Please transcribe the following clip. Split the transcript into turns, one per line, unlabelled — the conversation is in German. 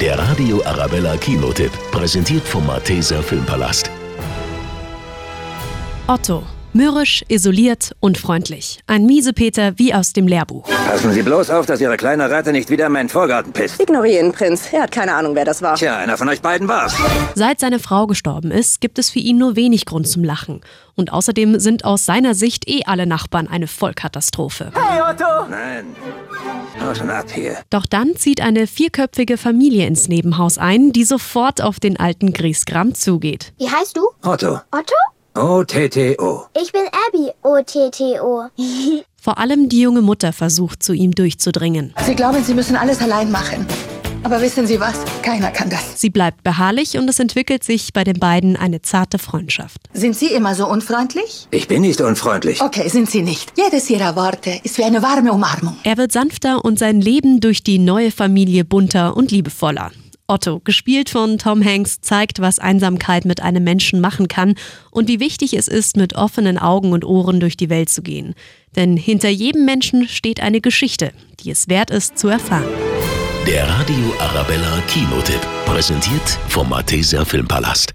Der Radio Arabella Kinotipp, präsentiert vom Malteser Filmpalast.
Otto. Mürrisch, isoliert und freundlich. Ein Miesepeter wie aus dem Lehrbuch.
Passen Sie bloß auf, dass Ihre kleine Ratte nicht wieder in meinen Vorgarten pisst.
Ignoriere ihn, Prinz. Er hat keine Ahnung, wer das war.
Tja, einer von euch beiden war's.
Seit seine Frau gestorben ist, gibt es für ihn nur wenig Grund zum Lachen. Und außerdem sind aus seiner Sicht eh alle Nachbarn eine Vollkatastrophe.
Nein. Haut schon ab hier.
Doch dann zieht eine vierköpfige Familie ins Nebenhaus ein, die sofort auf den alten Griesgram zugeht.
Wie heißt du?
Otto.
Otto?
O-T-T-O.
Ich bin Abby, O-T-T-O.
Vor allem die junge Mutter versucht, zu ihm durchzudringen.
Sie glauben, Sie müssen alles allein machen. Aber wissen Sie was? Keiner kann das.
Sie bleibt beharrlich und es entwickelt sich bei den beiden eine zarte Freundschaft.
Sind Sie immer so unfreundlich?
Ich bin nicht unfreundlich.
Okay, sind Sie nicht. Jedes Ihrer Worte ist wie eine warme Umarmung.
Er wird sanfter und sein Leben durch die neue Familie bunter und liebevoller. Otto, gespielt von Tom Hanks, zeigt, was Einsamkeit mit einem Menschen machen kann und wie wichtig es ist, mit offenen Augen und Ohren durch die Welt zu gehen. Denn hinter jedem Menschen steht eine Geschichte, die es wert ist zu erfahren.
Der Radio Arabella Kinotipp, präsentiert vom Malteser Filmpalast.